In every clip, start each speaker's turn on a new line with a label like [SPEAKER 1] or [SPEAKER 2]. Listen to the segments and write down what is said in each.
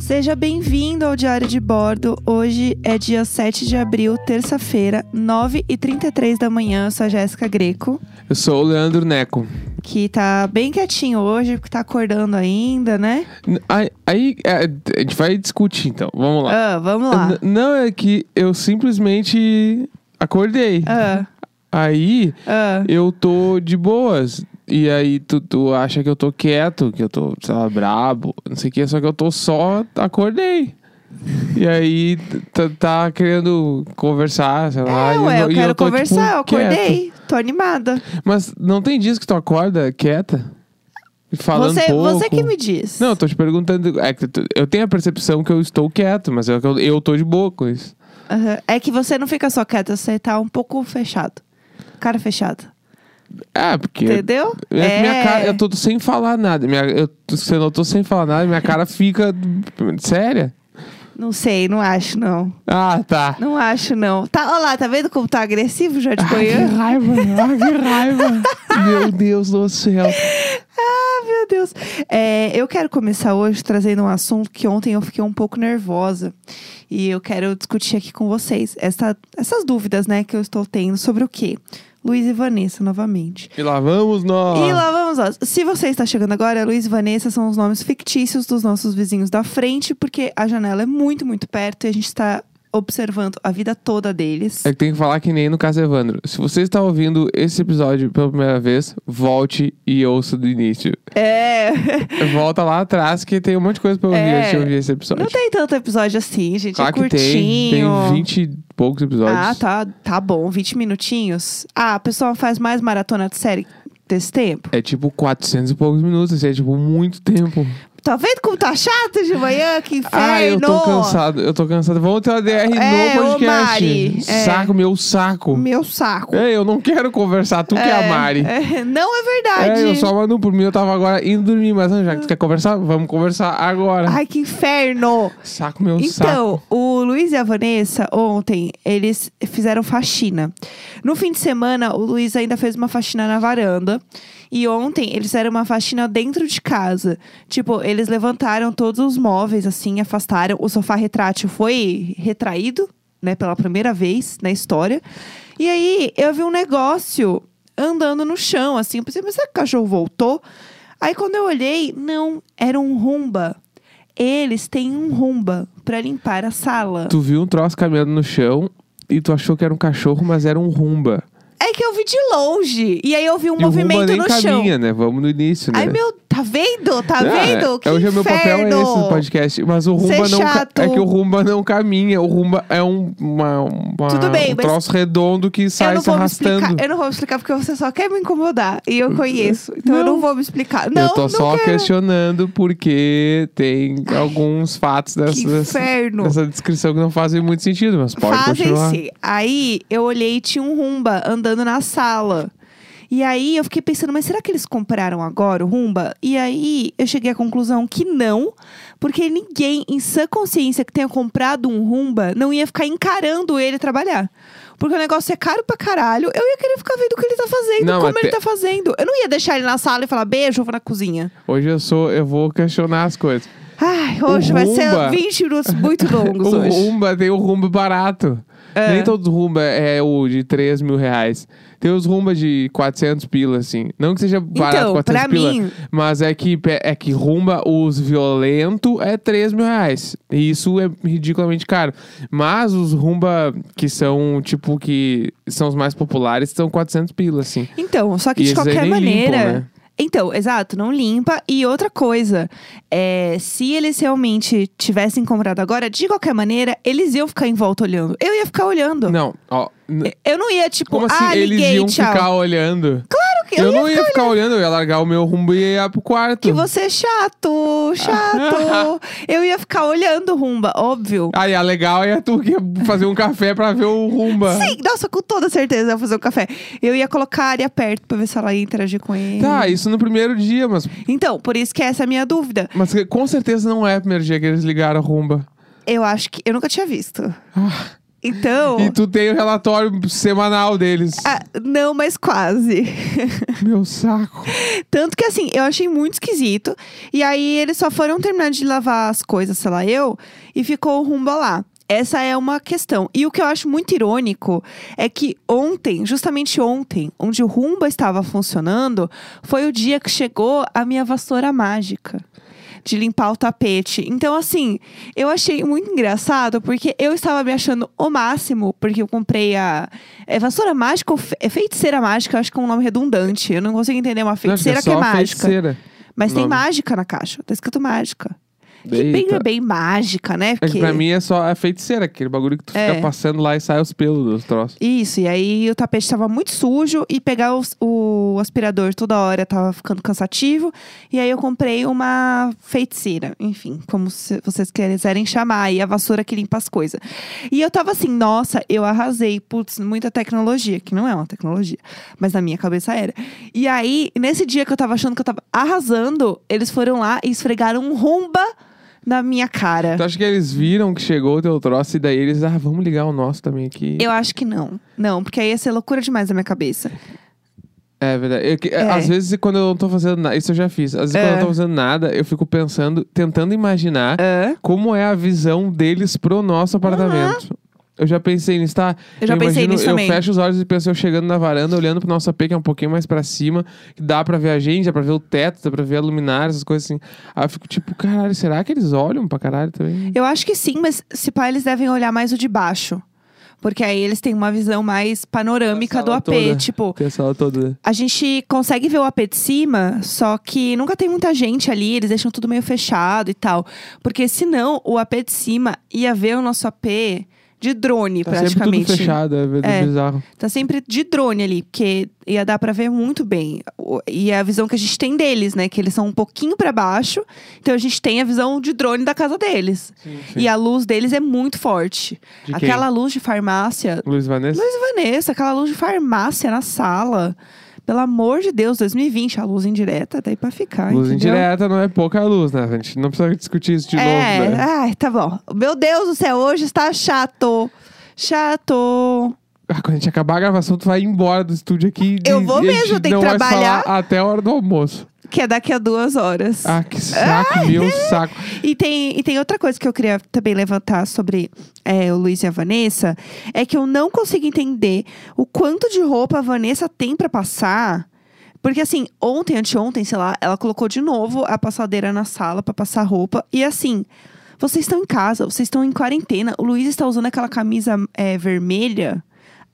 [SPEAKER 1] Seja bem-vindo ao Diário de Bordo. Hoje é dia 7 de abril, terça-feira, 9h33 da manhã. Eu sou a Jéssica Greco,
[SPEAKER 2] Eu sou o Leandro Neco.
[SPEAKER 1] que tá bem quietinho hoje, porque tá acordando ainda, né?
[SPEAKER 2] N- Aí, aí, é, a gente vai discutir então. Vamos lá.
[SPEAKER 1] Ah, vamos lá.
[SPEAKER 2] N- Não é que eu simplesmente acordei.
[SPEAKER 1] Ah,
[SPEAKER 2] Aí
[SPEAKER 1] ah.
[SPEAKER 2] eu tô de boas. E aí tu, tu acha que eu tô quieto, que eu tô, sei lá, brabo, não sei o que, só que eu tô só acordei. E aí tá, tá querendo conversar, sei lá.
[SPEAKER 1] É,
[SPEAKER 2] e
[SPEAKER 1] ué,
[SPEAKER 2] não-
[SPEAKER 1] eu
[SPEAKER 2] e
[SPEAKER 1] quero
[SPEAKER 2] tô, tipo,
[SPEAKER 1] conversar, eu
[SPEAKER 2] quieto.
[SPEAKER 1] acordei, tô animada.
[SPEAKER 2] Mas não tem dias que tu acorda quieta? Falando
[SPEAKER 1] você,
[SPEAKER 2] pouco.
[SPEAKER 1] você que me diz.
[SPEAKER 2] Não, eu tô te perguntando. É que tu- eu tenho a percepção que eu estou quieto, mas eu, eu, eu tô de boa com isso.
[SPEAKER 1] Aham. É que você não fica só quieta, você tá um pouco fechado. Cara fechada.
[SPEAKER 2] É, porque.
[SPEAKER 1] Entendeu?
[SPEAKER 2] é que Minha cara, eu tô sem falar nada. Minha, eu, se eu não tô sem falar nada, minha cara fica. Séria?
[SPEAKER 1] Não sei, não acho, não.
[SPEAKER 2] Ah, tá.
[SPEAKER 1] Não acho, não. Tá, olha lá, tá vendo como tá agressivo já de
[SPEAKER 2] Ai, que
[SPEAKER 1] manhã?
[SPEAKER 2] raiva, ai, que raiva. Meu Deus do céu.
[SPEAKER 1] Ah, meu Deus. É, eu quero começar hoje trazendo um assunto que ontem eu fiquei um pouco nervosa. E eu quero discutir aqui com vocês essa- essas dúvidas, né, que eu estou tendo sobre o quê? Luiz e Vanessa, novamente.
[SPEAKER 2] E lá vamos nós.
[SPEAKER 1] E lá vamos nós. Se você está chegando agora, Luiz e Vanessa são os nomes fictícios dos nossos vizinhos da frente, porque a janela é muito, muito perto e a gente está observando a vida toda deles.
[SPEAKER 2] É que tem que falar que nem no caso Evandro. Se você está ouvindo esse episódio pela primeira vez, volte e ouça do início.
[SPEAKER 1] É.
[SPEAKER 2] Volta lá atrás que tem um monte de coisa pra ouvir
[SPEAKER 1] É.
[SPEAKER 2] antes de ouvir esse episódio.
[SPEAKER 1] Não tem tanto episódio assim, gente.
[SPEAKER 2] Claro
[SPEAKER 1] é
[SPEAKER 2] que tem. Tem
[SPEAKER 1] curtinho.
[SPEAKER 2] 20 e poucos episódios.
[SPEAKER 1] Ah, tá, tá bom. 20 minutinhos. Ah, o pessoal faz mais maratona de série desse tempo.
[SPEAKER 2] É tipo 400 e poucos minutos. Isso é tipo muito tempo.
[SPEAKER 1] Tá vendo como tá chato de manhã? Que inferno!
[SPEAKER 2] Ah, eu tô cansado. Eu tô cansado. Vamos ter uma DR
[SPEAKER 1] É,
[SPEAKER 2] no
[SPEAKER 1] ô,
[SPEAKER 2] podcast.
[SPEAKER 1] Mari, é.
[SPEAKER 2] Saco, meu saco.
[SPEAKER 1] Meu saco.
[SPEAKER 2] É, eu não quero conversar. Tu que é a Mari.
[SPEAKER 1] é, não é verdade.
[SPEAKER 2] É, eu só mando um por mim. Eu tava agora indo dormir. Mas ah, já que tu quer conversar, vamos conversar agora.
[SPEAKER 1] Ai, que inferno!
[SPEAKER 2] Saco, meu saco.
[SPEAKER 1] Então, o Luiz e a Vanessa, ontem, eles fizeram faxina. No fim de semana, o Luiz ainda fez uma faxina na varanda. E ontem, eles fizeram uma faxina dentro de casa. Tipo, eles levantaram todos os móveis, assim, afastaram. O sofá retrátil foi retraído, né, pela primeira vez na história. E aí, eu vi um negócio andando no chão, assim. Eu pensei, mas será que o cachorro voltou? Aí, quando eu olhei, não, era um rumba. Eles têm um rumba pra limpar a sala.
[SPEAKER 2] Tu viu um troço caminhando no chão e tu achou que era um cachorro, mas era um rumba.
[SPEAKER 1] É que eu vi de longe. E aí eu vi um
[SPEAKER 2] e o rumba
[SPEAKER 1] movimento
[SPEAKER 2] nem
[SPEAKER 1] no chão.
[SPEAKER 2] caminha, né? Vamos no início, né?
[SPEAKER 1] Ai, meu, tá vendo? Tá
[SPEAKER 2] Ah,
[SPEAKER 1] vendo? Que
[SPEAKER 2] é, hoje é meu papel é
[SPEAKER 1] inferno!
[SPEAKER 2] esse do podcast. Mas o
[SPEAKER 1] Ser
[SPEAKER 2] Rumba não. ca-
[SPEAKER 1] chato.
[SPEAKER 2] É que o Rumba não caminha. O Rumba é um, uma, uma-
[SPEAKER 1] Tudo bem,
[SPEAKER 2] um
[SPEAKER 1] mas
[SPEAKER 2] troço redondo que
[SPEAKER 1] Eu
[SPEAKER 2] sai
[SPEAKER 1] não
[SPEAKER 2] se
[SPEAKER 1] vou me
[SPEAKER 2] arrastando. Hum,
[SPEAKER 1] explicar. Eu não vou me explicar porque você só quer me incomodar. E eu conheço. Então eu não vou me explicar. Não,
[SPEAKER 2] eu tô
[SPEAKER 1] não
[SPEAKER 2] só
[SPEAKER 1] quero.
[SPEAKER 2] questionando porque tem alguns fatos
[SPEAKER 1] Que
[SPEAKER 2] dessa, dessa,
[SPEAKER 1] inferno.
[SPEAKER 2] dessa descrição que não fazem muito sentido, mas pode
[SPEAKER 1] Fazem
[SPEAKER 2] continuar.
[SPEAKER 1] sim. Aí eu olhei e tinha um rumba andando na sala. E aí eu fiquei pensando, mas será que eles compraram agora o rumba? E aí eu cheguei à conclusão que não, porque ninguém em sã consciência que tenha comprado um rumba não ia ficar encarando ele trabalhar. Porque o negócio é caro pra caralho. Eu ia querer ficar vendo o que ele tá fazendo,
[SPEAKER 2] Não,
[SPEAKER 1] como
[SPEAKER 2] mas
[SPEAKER 1] ele
[SPEAKER 2] te-
[SPEAKER 1] tá fazendo. Eu não ia deixar ele na sala e falar, beijo, eu vou na cozinha.
[SPEAKER 2] Hoje eu sou, eu vou questionar as coisas.
[SPEAKER 1] Ai,
[SPEAKER 2] O
[SPEAKER 1] hoje vai ser
[SPEAKER 2] Rumba-
[SPEAKER 1] 20 minutos muito longos
[SPEAKER 2] O
[SPEAKER 1] hoje.
[SPEAKER 2] rumba tem o rumba barato. Nem todo rumba é o de 3 mil reais. Tem os rumba de 400 pila, assim. Não que seja barato
[SPEAKER 1] Então,
[SPEAKER 2] 400
[SPEAKER 1] pra
[SPEAKER 2] pila.
[SPEAKER 1] mim-
[SPEAKER 2] Mas é que, pe- é que rumba os violento é 3 mil reais. E isso é ridiculamente caro. Mas os rumba que são, tipo, que são os mais populares, são 400 pila, assim.
[SPEAKER 1] Então, só que
[SPEAKER 2] E
[SPEAKER 1] de
[SPEAKER 2] esses aí
[SPEAKER 1] qualquer
[SPEAKER 2] nem
[SPEAKER 1] maneira.
[SPEAKER 2] limpam, né?
[SPEAKER 1] Então, exato, não limpa. E outra coisa, é, se eles realmente tivessem comprado agora, de qualquer maneira, eles iam ficar em volta olhando. Eu ia ficar olhando.
[SPEAKER 2] Não, ó. n-
[SPEAKER 1] Eu não ia, tipo,
[SPEAKER 2] Como assim
[SPEAKER 1] Então. ah,
[SPEAKER 2] eles
[SPEAKER 1] liguei,
[SPEAKER 2] iam
[SPEAKER 1] tchau.
[SPEAKER 2] ficar olhando?
[SPEAKER 1] Claro que eu,
[SPEAKER 2] eu
[SPEAKER 1] ia
[SPEAKER 2] não ia ficar olhando, eu ia largar o meu rumba e ia pro quarto.
[SPEAKER 1] que você é chato, chato. eu ia ficar olhando, Rumba, óbvio.
[SPEAKER 2] Aí a legal é tu que ia fazer um café pra ver o rumba.
[SPEAKER 1] Sim, nossa, com toda certeza eu ia fazer um café. Eu ia colocar a área perto pra ver se ela ia interagir com ele.
[SPEAKER 2] Tá, isso no primeiro dia, mas,
[SPEAKER 1] Então, por isso que essa é a minha dúvida.
[SPEAKER 2] mas com certeza não é o primeiro dia que eles ligaram o rumba.
[SPEAKER 1] Eu acho que. Eu nunca tinha visto.
[SPEAKER 2] Ah,
[SPEAKER 1] Então.
[SPEAKER 2] E tu tem o relatório semanal deles.
[SPEAKER 1] ah, não, mas quase.
[SPEAKER 2] Meu saco.
[SPEAKER 1] Tanto que assim, eu achei muito esquisito. E aí eles só foram terminar de lavar as coisas, sei lá, eu, e ficou o rumba lá. Essa é uma questão. E o que eu acho muito irônico é que ontem, justamente ontem, onde o rumba estava funcionando, foi o dia que chegou a minha vassoura mágica. De limpar o tapete. Então, assim, eu achei muito engraçado, porque eu estava me achando o máximo, porque eu comprei a. É vassoura mágica ou fe- é feiticeira mágica? Eu acho que é um nome redundante. Eu não consigo entender uma feiticeira
[SPEAKER 2] Não,
[SPEAKER 1] que é
[SPEAKER 2] só
[SPEAKER 1] mágica.
[SPEAKER 2] Feiticeira.
[SPEAKER 1] Mas tem
[SPEAKER 2] Nome.
[SPEAKER 1] mágica na caixa. Tá escrito mágica. Que bem,
[SPEAKER 2] Eita.
[SPEAKER 1] bem mágica, né?
[SPEAKER 2] É que pra mim é só a feiticeira, aquele bagulho que tu
[SPEAKER 1] É.
[SPEAKER 2] fica passando lá e sai os pelos dos troços.
[SPEAKER 1] Isso, e aí o tapete tava muito sujo e pegar os- o aspirador toda hora tava ficando cansativo. E aí eu comprei uma feiticeira, enfim, como se vocês quiserem chamar, e a vassoura que limpa as coisas. E eu tava assim, nossa, eu arrasei, putz, muita tecnologia, que não é uma tecnologia, mas na minha cabeça era. E aí, nesse dia que eu tava achando que eu tava arrasando, eles foram lá e esfregaram um rumba na minha cara.
[SPEAKER 2] Tu acha que eles viram que chegou o teu troço e daí eles, ah, vamos ligar o nosso também aqui.
[SPEAKER 1] Eu acho que não. Não, porque aí ia ser loucura demais na minha cabeça.
[SPEAKER 2] É verdade. Eu que-
[SPEAKER 1] É.
[SPEAKER 2] Às vezes, quando eu não tô fazendo nada, isso eu já fiz. Às vezes, quando eu não tô fazendo nada, eu fico pensando, tentando imaginar
[SPEAKER 1] É.
[SPEAKER 2] como é a visão deles pro nosso apartamento. Eu já pensei nisso, tá?
[SPEAKER 1] Eu já pensei
[SPEAKER 2] imagino-
[SPEAKER 1] nisso
[SPEAKER 2] Eu
[SPEAKER 1] também.
[SPEAKER 2] fecho os olhos e penso eu chegando na varanda, olhando pro nosso AP, que é um pouquinho mais pra cima, que dá pra ver a gente, dá pra ver o teto, dá pra ver a luminária, essas coisas assim. Aí eu fico tipo, caralho, será que eles olham pra caralho também?
[SPEAKER 1] Eu acho que sim, mas se pá, eles devem olhar mais o de baixo. Porque aí eles têm uma visão mais panorâmica
[SPEAKER 2] A
[SPEAKER 1] do
[SPEAKER 2] sala
[SPEAKER 1] AP.
[SPEAKER 2] toda.
[SPEAKER 1] Tipo,
[SPEAKER 2] Tem a sala toda.
[SPEAKER 1] a gente consegue ver o AP de cima, só que nunca tem muita gente ali, eles deixam tudo meio fechado e tal. Porque senão o AP de cima ia ver o nosso AP de drone,
[SPEAKER 2] Tá sempre tudo
[SPEAKER 1] praticamente.
[SPEAKER 2] fechado, é verdade,
[SPEAKER 1] É.
[SPEAKER 2] bizarro.
[SPEAKER 1] Tá sempre de drone ali, porque ia dar pra ver muito bem. O- E a visão que a gente tem deles, né? Que eles são um pouquinho pra baixo, então a gente tem a visão de drone da casa deles. E a luz deles é muito forte.
[SPEAKER 2] De quem?
[SPEAKER 1] aquela luz de farmácia.
[SPEAKER 2] Luiz Vanessa?
[SPEAKER 1] Luiz Vanessa, aquela luz de farmácia na sala. Pelo amor de Deus, 2020, a luz indireta tá aí pra ficar.
[SPEAKER 2] Luz
[SPEAKER 1] entendeu?
[SPEAKER 2] indireta não é pouca luz, né? A gente não precisa discutir isso de
[SPEAKER 1] é,
[SPEAKER 2] novo, né?
[SPEAKER 1] ai, tá bom. Meu Deus do céu, hoje está chato. Chato.
[SPEAKER 2] Ah, quando a gente acabar a gravação, tu vai embora do estúdio aqui. e-
[SPEAKER 1] Eu vou
[SPEAKER 2] e a
[SPEAKER 1] mesmo,
[SPEAKER 2] gente
[SPEAKER 1] tem que
[SPEAKER 2] não vai
[SPEAKER 1] trabalhar.
[SPEAKER 2] falar até a hora do almoço.
[SPEAKER 1] Que é daqui a duas horas.
[SPEAKER 2] Ah, que saco,
[SPEAKER 1] né?
[SPEAKER 2] meu saco.
[SPEAKER 1] E tem, e tem outra coisa que eu queria também levantar sobre é, o Luiz e a Vanessa. É que eu não consigo entender o quanto de roupa a Vanessa tem pra passar. Porque assim, ontem, anteontem, sei lá, ela colocou de novo a passadeira na sala pra passar roupa. E assim, vocês estão em casa, vocês estão em quarentena. O Luiz está usando aquela camisa é, vermelha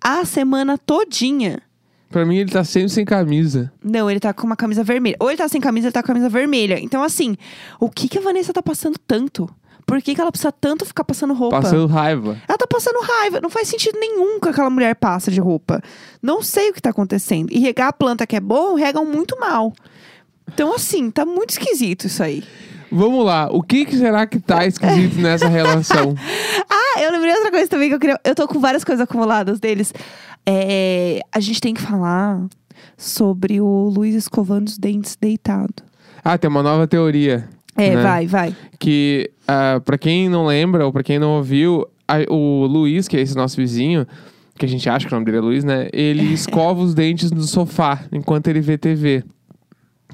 [SPEAKER 1] a semana todinha.
[SPEAKER 2] Pra mim, ele tá sempre sem camisa.
[SPEAKER 1] Não, ele tá com uma camisa vermelha. Ou ele tá sem camisa, ele tá com a camisa vermelha. Então, assim, o que, que a Vanessa tá passando tanto? Por que, que ela precisa tanto ficar passando roupa?
[SPEAKER 2] Passando raiva.
[SPEAKER 1] Ela tá passando raiva. Não faz sentido nenhum que aquela mulher passa de roupa. Não sei o que tá acontecendo. E regar a planta que é bom, regam muito mal. Então, assim, tá muito esquisito isso aí.
[SPEAKER 2] Vamos lá, o que, que será que tá esquisito nessa relação?
[SPEAKER 1] Ah, eu lembrei outra coisa também que eu queria. Eu tô com várias coisas acumuladas deles. É, a gente tem que falar sobre o Luiz escovando os dentes deitado.
[SPEAKER 2] Ah, tem uma nova teoria.
[SPEAKER 1] É,
[SPEAKER 2] né?
[SPEAKER 1] vai, vai.
[SPEAKER 2] que ah, pra quem não lembra ou pra quem não ouviu, a- o Luiz, que é esse nosso vizinho, que a gente acha que o nome dele é Luiz, né? Ele escova os dentes no sofá enquanto ele vê TV.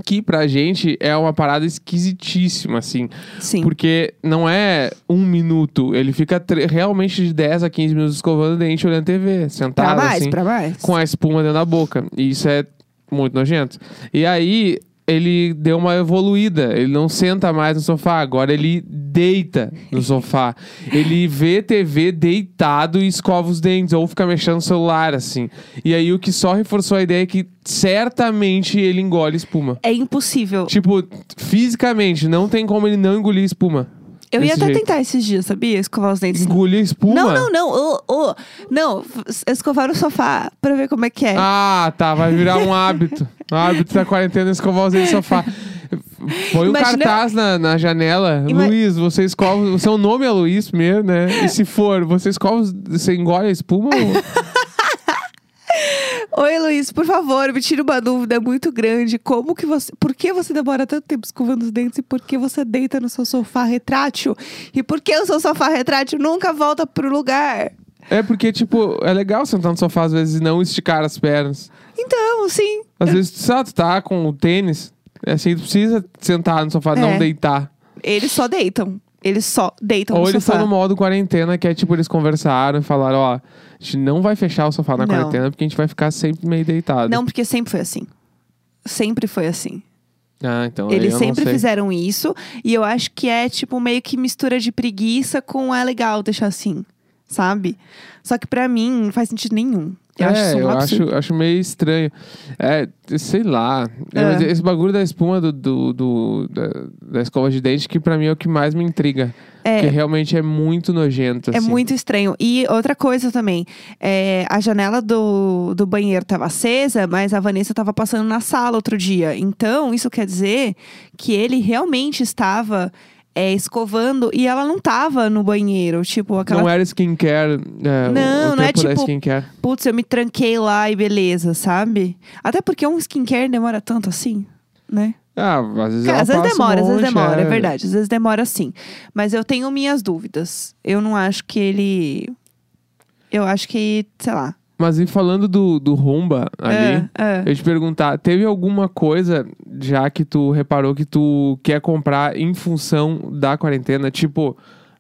[SPEAKER 2] Que pra gente é uma parada esquisitíssima, assim.
[SPEAKER 1] Sim.
[SPEAKER 2] Porque não é um minuto. Ele fica tre- realmente de 10 a 15 minutos escovando o dente, olhando TV,
[SPEAKER 1] Pra
[SPEAKER 2] sentado
[SPEAKER 1] mais,
[SPEAKER 2] assim
[SPEAKER 1] pra mais.
[SPEAKER 2] com a espuma dentro da boca. E isso é muito nojento. E aí, ele deu uma evoluída. Ele não senta mais no sofá, agora ele deita no sofá. Ele vê TV deitado e escova os dentes, ou fica mexendo no celular, assim. E aí, o que só reforçou a ideia é que certamente ele engole espuma.
[SPEAKER 1] É impossível.
[SPEAKER 2] Tipo, fisicamente, não tem como ele não engolir espuma.
[SPEAKER 1] Eu ia
[SPEAKER 2] Desse
[SPEAKER 1] até
[SPEAKER 2] jeito.
[SPEAKER 1] tentar esses dias, sabia? Escovar os dentes.
[SPEAKER 2] Engolir espuma?
[SPEAKER 1] Não, não, não. ô, ô. Não, f- escovar no sofá pra ver como é que é.
[SPEAKER 2] Ah, tá. Vai virar um hábito. Um hábito da quarentena escovar os dentes no sofá. Põe um
[SPEAKER 1] Imagina-
[SPEAKER 2] cartaz na, na janela.
[SPEAKER 1] Ima-
[SPEAKER 2] Luiz, você escova. O seu nome é Luiz primeiro, né? E se for, você escova. os- Você engole a espuma? ou-
[SPEAKER 1] Oi, Luiz, por favor, me tira uma dúvida muito grande. Como que você. Por que você demora tanto tempo escovando os dentes e por que você deita no seu sofá retrátil? E por que o seu sofá retrátil nunca volta pro lugar?
[SPEAKER 2] É porque, tipo, é legal sentar no sofá às vezes e não esticar as pernas.
[SPEAKER 1] Então, sim.
[SPEAKER 2] Às vezes, sabe, tu tá com o tênis, é assim, tu precisa sentar no sofá,
[SPEAKER 1] É.
[SPEAKER 2] não deitar.
[SPEAKER 1] Eles só deitam. Eles só deitam
[SPEAKER 2] Ou
[SPEAKER 1] no
[SPEAKER 2] eles
[SPEAKER 1] sofá.
[SPEAKER 2] estão no modo quarentena, que é tipo, eles conversaram e falaram, ó, a gente não vai fechar o sofá na
[SPEAKER 1] Não.
[SPEAKER 2] quarentena, porque a gente vai ficar sempre meio deitado.
[SPEAKER 1] Não, porque sempre foi assim. Sempre foi assim.
[SPEAKER 2] Ah, então aí
[SPEAKER 1] Eles
[SPEAKER 2] eu
[SPEAKER 1] sempre
[SPEAKER 2] não sei.
[SPEAKER 1] fizeram isso. E eu acho que é, tipo, meio que mistura de preguiça com é legal deixar assim. Sabe? Só que pra mim não faz sentido nenhum. Eu
[SPEAKER 2] é,
[SPEAKER 1] acho isso um
[SPEAKER 2] eu
[SPEAKER 1] absurdo.
[SPEAKER 2] acho, acho meio estranho. É, sei lá.
[SPEAKER 1] É.
[SPEAKER 2] Mas Esse bagulho da espuma do, do- do- da, da escova de dente, que pra mim é o que mais me intriga.
[SPEAKER 1] É.
[SPEAKER 2] Porque realmente é muito nojento.
[SPEAKER 1] É
[SPEAKER 2] assim.
[SPEAKER 1] muito estranho. E outra coisa também, é, a janela do, do banheiro estava acesa, mas a Vanessa estava passando na sala outro dia. Então, isso quer dizer que ele realmente estava é, escovando e ela não estava no banheiro. Tipo, aquela.
[SPEAKER 2] Não era skincare. É, o-
[SPEAKER 1] Não,
[SPEAKER 2] o
[SPEAKER 1] não é
[SPEAKER 2] tempo da
[SPEAKER 1] tipo-
[SPEAKER 2] skincare.
[SPEAKER 1] Putz, eu me tranquei lá e beleza, sabe? Até porque um skincare demora tanto assim, né?
[SPEAKER 2] Ah, às vezes,
[SPEAKER 1] Cara,
[SPEAKER 2] ela
[SPEAKER 1] às vezes
[SPEAKER 2] passa um
[SPEAKER 1] demora, às vezes
[SPEAKER 2] monte,
[SPEAKER 1] demora, é. verdade. Às vezes demora sim. Mas eu tenho minhas dúvidas. Eu não acho que ele. Eu acho que, sei lá.
[SPEAKER 2] Mas e falando do, do rumba ali,
[SPEAKER 1] É, é.
[SPEAKER 2] eu te perguntar, teve alguma coisa já que tu reparou que tu quer comprar em função da quarentena? Tipo,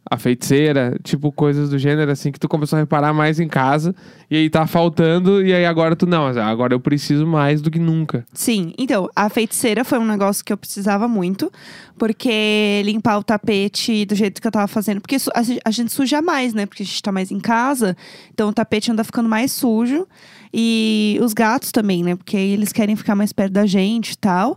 [SPEAKER 2] a feiticeira, tipo, coisas do gênero, assim, que tu começou a reparar mais em casa e aí tá faltando, e aí agora tu não, mas agora eu preciso mais do que nunca.
[SPEAKER 1] Sim, então, a feiticeira foi um negócio que eu precisava muito, porque limpar o tapete do jeito que eu tava fazendo. Porque su- a, gen- a gente suja mais, né? Porque a gente tá mais em casa, então o tapete anda ficando mais sujo. E os gatos também, né? Porque eles querem ficar mais perto da gente e tal.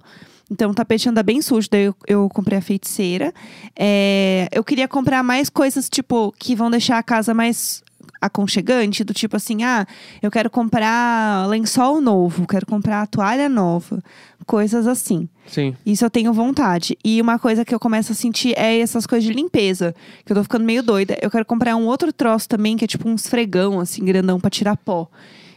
[SPEAKER 1] Então o tapete anda bem sujo, daí eu, eu comprei a feiticeira. É, eu queria comprar mais coisas, tipo, que vão deixar a casa mais aconchegante, do tipo assim, ah, eu quero comprar lençol novo, quero comprar toalha nova, coisas assim.
[SPEAKER 2] Sim.
[SPEAKER 1] Isso eu tenho vontade. E uma coisa que eu começo a sentir é essas coisas de limpeza, que eu tô ficando meio doida. Eu quero comprar um outro troço também, que é tipo um esfregão, assim, grandão pra tirar pó.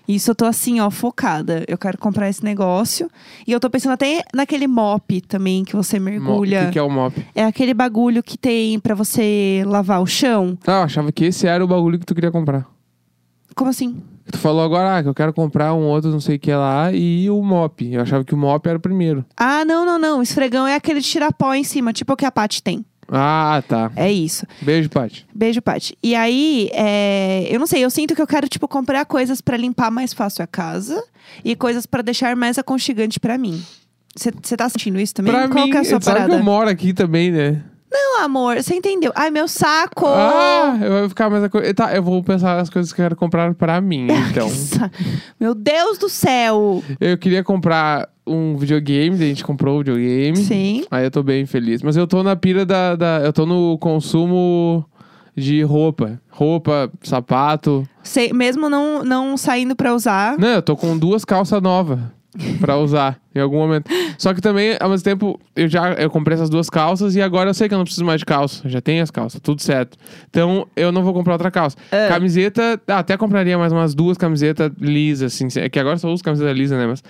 [SPEAKER 1] Isso eu tô assim, ó, focada. Eu quero comprar esse negócio. E eu tô pensando até naquele mop também, que você
[SPEAKER 2] Mo- O
[SPEAKER 1] mergulha.
[SPEAKER 2] que, que é o mop?
[SPEAKER 1] É aquele bagulho que tem pra você lavar o chão.
[SPEAKER 2] Ah, eu achava que esse era o bagulho que tu queria comprar.
[SPEAKER 1] Como assim?
[SPEAKER 2] Tu falou agora, ah, que eu quero comprar um outro não sei o que lá e o mop. Eu achava que o mop era o primeiro.
[SPEAKER 1] Ah, não, não, não. Esfregão é aquele de tirar pó em cima, tipo o que a Paty tem.
[SPEAKER 2] Ah, tá.
[SPEAKER 1] É isso.
[SPEAKER 2] Beijo, Paty.
[SPEAKER 1] Beijo, Paty. E aí, é, eu não sei, eu sinto que eu quero, tipo, comprar coisas pra limpar mais fácil a casa e coisas pra deixar mais aconchegante pra mim. Você tá sentindo isso também?
[SPEAKER 2] Pra
[SPEAKER 1] Qual
[SPEAKER 2] mim,
[SPEAKER 1] que é a sua
[SPEAKER 2] sabe que
[SPEAKER 1] parada?
[SPEAKER 2] eu moro aqui também, né?
[SPEAKER 1] Não, amor, você entendeu. Ai, meu saco!
[SPEAKER 2] Ah, eu vou ficar mais... aco- Tá, eu vou pensar nas coisas que eu quero comprar pra mim, então.
[SPEAKER 1] Que sa- Meu Deus do céu!
[SPEAKER 2] eu queria comprar um videogame, daí a gente comprou o videogame.
[SPEAKER 1] Sim.
[SPEAKER 2] Aí eu tô bem feliz. Mas eu tô na pira da... da- eu tô no consumo de roupa. Roupa, sapato...
[SPEAKER 1] Cê- mesmo não, não saindo pra usar.
[SPEAKER 2] Não, eu tô com duas calças novas pra usar em algum momento. Só que também, ao mesmo tempo, eu já eu comprei essas duas calças e agora eu sei que eu não preciso mais de calça. Eu Já tenho as calças, tudo certo. Então eu não vou comprar outra calça.
[SPEAKER 1] É.
[SPEAKER 2] Camiseta, ah, até compraria mais umas duas camisetas lisas, assim. É que agora eu só uso camiseta lisa, né? Mas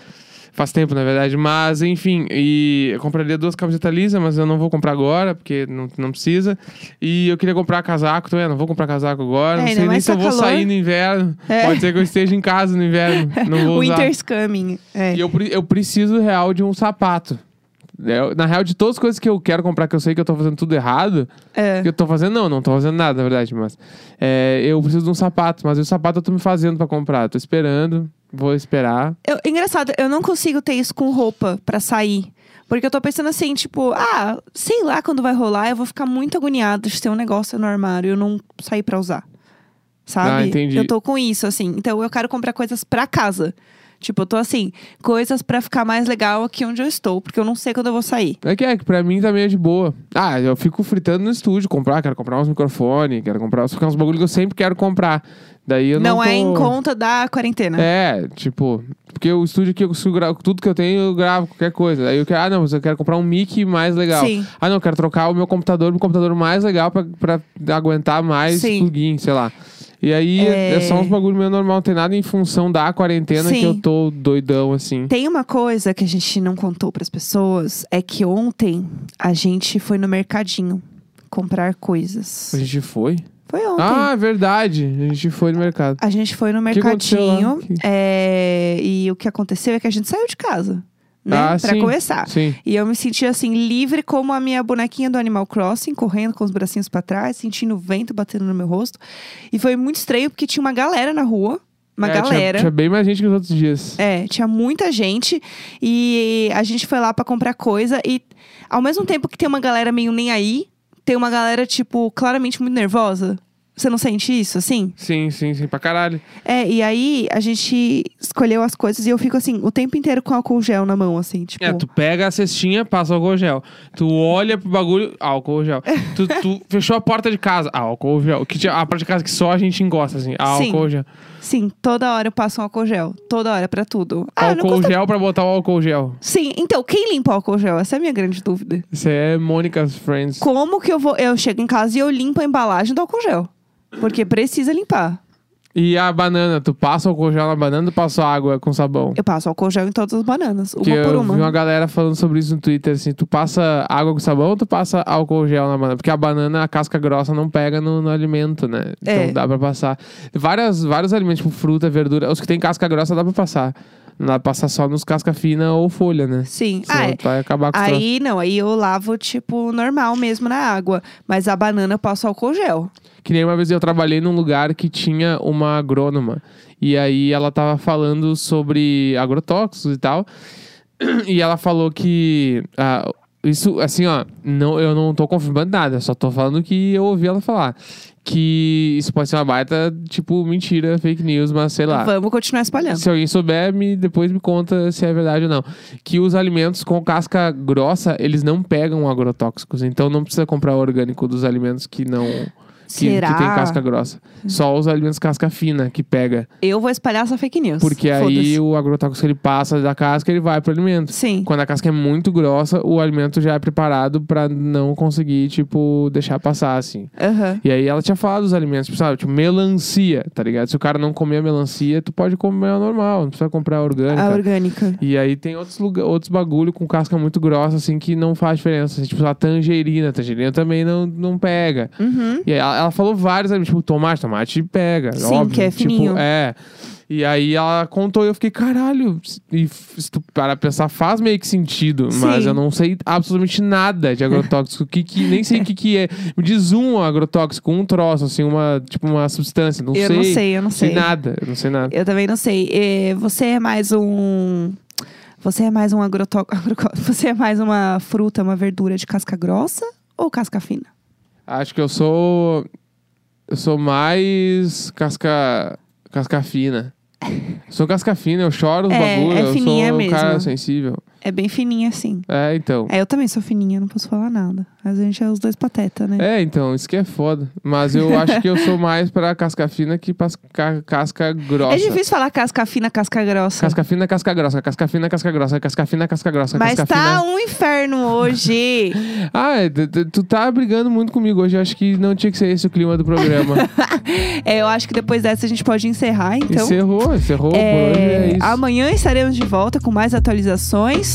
[SPEAKER 2] faz tempo, na verdade. Mas, enfim, e eu compraria duas camisetas lisas, mas eu não vou comprar agora, porque não, não precisa. E eu queria comprar casaco também, eu não vou comprar casaco agora.
[SPEAKER 1] É,
[SPEAKER 2] não
[SPEAKER 1] ainda
[SPEAKER 2] sei nem
[SPEAKER 1] mais
[SPEAKER 2] se eu
[SPEAKER 1] tá
[SPEAKER 2] vou
[SPEAKER 1] calor.
[SPEAKER 2] sair no inverno.
[SPEAKER 1] É.
[SPEAKER 2] Pode ser que eu esteja em casa no inverno. Não vou usar.
[SPEAKER 1] Winter's coming. É.
[SPEAKER 2] E eu, pre- eu preciso real de um sapato. É, Eu- na real, de todas as coisas que eu quero comprar, que eu sei que eu tô fazendo tudo errado,
[SPEAKER 1] É.
[SPEAKER 2] que eu tô fazendo, não, não tô fazendo nada, na verdade, mas é, eu preciso de um sapato, mas o sapato eu tô me fazendo pra comprar. Eu Tô esperando, vou esperar.
[SPEAKER 1] Eu- engraçado, eu não consigo ter isso com roupa pra sair. Porque eu tô pensando assim, tipo, ah, sei lá quando vai rolar, eu vou ficar muito agoniada de ter um negócio no armário e eu não sair pra usar. Sabe?
[SPEAKER 2] Ah, entendi.
[SPEAKER 1] Eu tô com isso, assim. Então eu quero comprar coisas pra casa. Tipo, eu tô assim, coisas pra ficar mais legal aqui onde eu estou, porque eu não sei quando eu vou sair.
[SPEAKER 2] É que é, que pra mim tá meio de boa. Ah, eu fico fritando no estúdio, comprar, quero comprar uns microfones, quero comprar uns, uns bagulho que eu sempre quero comprar. Daí eu não,
[SPEAKER 1] não é em
[SPEAKER 2] tô-
[SPEAKER 1] conta da quarentena.
[SPEAKER 2] É, tipo, porque o estúdio aqui eu consigo gravar tudo que eu tenho, eu gravo qualquer coisa. Aí eu quero, ah, não, mas eu quero comprar um mic mais legal.
[SPEAKER 1] Sim.
[SPEAKER 2] Ah, não, eu quero trocar o meu computador, pro computador mais legal pra, pra aguentar mais
[SPEAKER 1] Sim.
[SPEAKER 2] plugin, sei lá. E aí é...
[SPEAKER 1] É.
[SPEAKER 2] só uns bagulho meio normal, não tem nada em função da quarentena que
[SPEAKER 1] Sim.
[SPEAKER 2] eu tô doidão, assim.
[SPEAKER 1] Tem uma coisa que a gente não contou pras pessoas, é que ontem a gente foi no mercadinho comprar coisas.
[SPEAKER 2] A gente foi?
[SPEAKER 1] Foi ontem.
[SPEAKER 2] Ah, é verdade. A gente foi no mercado.
[SPEAKER 1] A gente foi no
[SPEAKER 2] que aconteceu lá?
[SPEAKER 1] mercadinho
[SPEAKER 2] Que-
[SPEAKER 1] é, e o que aconteceu é que a gente saiu de casa, né?
[SPEAKER 2] Ah,
[SPEAKER 1] pra
[SPEAKER 2] sim.
[SPEAKER 1] começar.
[SPEAKER 2] Sim.
[SPEAKER 1] E eu me senti assim, livre como a minha bonequinha do Animal Crossing, correndo com os bracinhos pra trás, sentindo o vento batendo no meu rosto. E foi muito estranho porque tinha uma galera na rua. Uma
[SPEAKER 2] É, tinha-
[SPEAKER 1] galera.
[SPEAKER 2] Tinha, bem mais gente que os outros dias.
[SPEAKER 1] É, tinha muita gente e a gente foi lá pra comprar coisa e ao mesmo tempo que tem uma galera meio nem aí, tem uma galera tipo claramente muito nervosa. Você não sente isso assim?
[SPEAKER 2] Sim, sim, sim, pra caralho.
[SPEAKER 1] É, e aí a gente escolheu as coisas e eu fico assim o tempo inteiro com álcool gel na mão assim, tipo.
[SPEAKER 2] É, tu pega a cestinha, passa álcool gel. Tu olha pro bagulho, álcool gel. Tu, tu fechou a porta de casa, álcool gel. Que tinha- a porta de casa que só a gente encosta, assim, álcool gel.
[SPEAKER 1] Sim, toda hora eu passo um álcool gel, toda hora pra tudo. Ah, não
[SPEAKER 2] álcool
[SPEAKER 1] custa...
[SPEAKER 2] gel pra botar o álcool gel.
[SPEAKER 1] Sim, então quem limpa o álcool gel? Essa é a minha grande dúvida.
[SPEAKER 2] Isso é Mônica's Friends.
[SPEAKER 1] Como que eu vou? Eu chego em casa e eu limpo a embalagem do álcool gel, porque precisa limpar.
[SPEAKER 2] E a banana, tu passa álcool gel na banana, tu passa água com sabão.
[SPEAKER 1] Eu passo álcool gel em todas as bananas, uma
[SPEAKER 2] que
[SPEAKER 1] por
[SPEAKER 2] eu
[SPEAKER 1] uma.
[SPEAKER 2] vi uma galera falando sobre isso no Twitter, assim, tu passa água com sabão ou tu passa álcool gel na banana? Porque a banana, a casca grossa não pega no, no alimento, né? Então
[SPEAKER 1] É.
[SPEAKER 2] dá pra passar. Várias, vários alimentos, tipo fruta, verdura, os que tem casca grossa dá pra passar. Não dá pra passar só nos casca fina ou folha, né?
[SPEAKER 1] Sim.
[SPEAKER 2] Senão
[SPEAKER 1] Ah, é.
[SPEAKER 2] tu vai acabar com os troços.
[SPEAKER 1] Aí não, aí eu lavo, tipo, normal mesmo na água. Mas a banana eu passo álcool gel.
[SPEAKER 2] Que nem uma vez eu trabalhei num lugar que tinha uma agrônoma. E aí ela tava falando sobre agrotóxicos e tal. E ela falou que. ah, isso, assim, ó, não, eu não tô confirmando nada, eu só tô falando o que eu ouvi ela falar. Que isso pode ser uma baita, tipo, mentira, fake news, mas sei lá.
[SPEAKER 1] Vamos continuar espalhando.
[SPEAKER 2] Se alguém souber, me, depois me conta se é verdade ou não. Que os alimentos com casca grossa, eles não pegam agrotóxicos. Então não precisa comprar orgânico dos alimentos que não. Que, que
[SPEAKER 1] Será?
[SPEAKER 2] tem casca grossa. Só os alimentos casca fina que pega.
[SPEAKER 1] Eu vou espalhar essa fake news.
[SPEAKER 2] Porque aí
[SPEAKER 1] Foda-se.
[SPEAKER 2] o agrotóxico ele passa da casca ele vai pro alimento.
[SPEAKER 1] Sim.
[SPEAKER 2] Quando a casca é muito grossa, o alimento já é preparado pra não conseguir, tipo, deixar passar, assim.
[SPEAKER 1] Aham.
[SPEAKER 2] E aí ela tinha falado dos alimentos, tipo, sabe? Tipo, melancia, tá ligado? Se o cara não comer a melancia, tu pode comer a normal, não precisa comprar a orgânica.
[SPEAKER 1] A orgânica.
[SPEAKER 2] E aí tem outros, lugar, outros bagulho com casca muito grossa, assim, que não faz diferença. Assim, tipo, a tangerina, a tangerina também não, não pega.
[SPEAKER 1] Uhum.
[SPEAKER 2] E aí ela, ela falou vários, sabe? tipo, tomate, tomate pega.
[SPEAKER 1] Sim,
[SPEAKER 2] óbvio.
[SPEAKER 1] que é
[SPEAKER 2] tipo,
[SPEAKER 1] fininho.
[SPEAKER 2] é. E aí ela contou e eu fiquei, caralho, e f- se tu para pensar, faz meio que sentido, mas
[SPEAKER 1] Sim.
[SPEAKER 2] eu não sei absolutamente nada de agrotóxico, que, que nem sei o que, que é. Me diz um agrotóxico, um troço, assim, uma, tipo, uma substância, não
[SPEAKER 1] eu
[SPEAKER 2] sei.
[SPEAKER 1] não sei, eu não sei.
[SPEAKER 2] nada, eu não sei nada.
[SPEAKER 1] Eu também não sei. É, Você é mais um. Você é mais um agrotóxico. Você é mais uma fruta, uma verdura de casca grossa ou casca fina?
[SPEAKER 2] Acho que eu sou. Eu sou mais casca. casca fina. Sou casca fina, eu choro os
[SPEAKER 1] É,
[SPEAKER 2] bagulho,
[SPEAKER 1] é
[SPEAKER 2] eu sou
[SPEAKER 1] fininha
[SPEAKER 2] um
[SPEAKER 1] mesmo.
[SPEAKER 2] cara sensível.
[SPEAKER 1] É bem fininha, assim.
[SPEAKER 2] É, então.
[SPEAKER 1] É, eu também sou fininha, não posso falar nada. Mas a gente é os dois pateta, né?
[SPEAKER 2] É, então, isso que é foda. Mas eu acho que eu sou mais pra casca fina que pra ca- casca grossa.
[SPEAKER 1] É difícil falar casca fina, casca grossa.
[SPEAKER 2] Casca fina, casca grossa, casca fina, casca grossa, casca fina, casca grossa,
[SPEAKER 1] Mas
[SPEAKER 2] casca
[SPEAKER 1] tá
[SPEAKER 2] fina.
[SPEAKER 1] um inferno hoje.
[SPEAKER 2] Ah, é, tu- tu- tu tá brigando muito comigo hoje. Eu acho que não tinha que ser esse o clima do programa.
[SPEAKER 1] É, eu acho que depois dessa a gente pode encerrar, então.
[SPEAKER 2] encerrou, encerrou.
[SPEAKER 1] É,
[SPEAKER 2] Por hoje é isso.
[SPEAKER 1] Amanhã estaremos de volta com mais atualizações.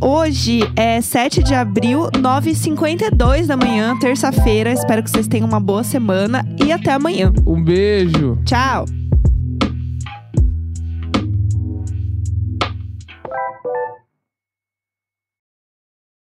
[SPEAKER 1] Hoje é 7 de abril, 9h52 da manhã, terça-feira. Espero que vocês tenham uma boa semana e até amanhã.
[SPEAKER 2] Um beijo.
[SPEAKER 1] Tchau!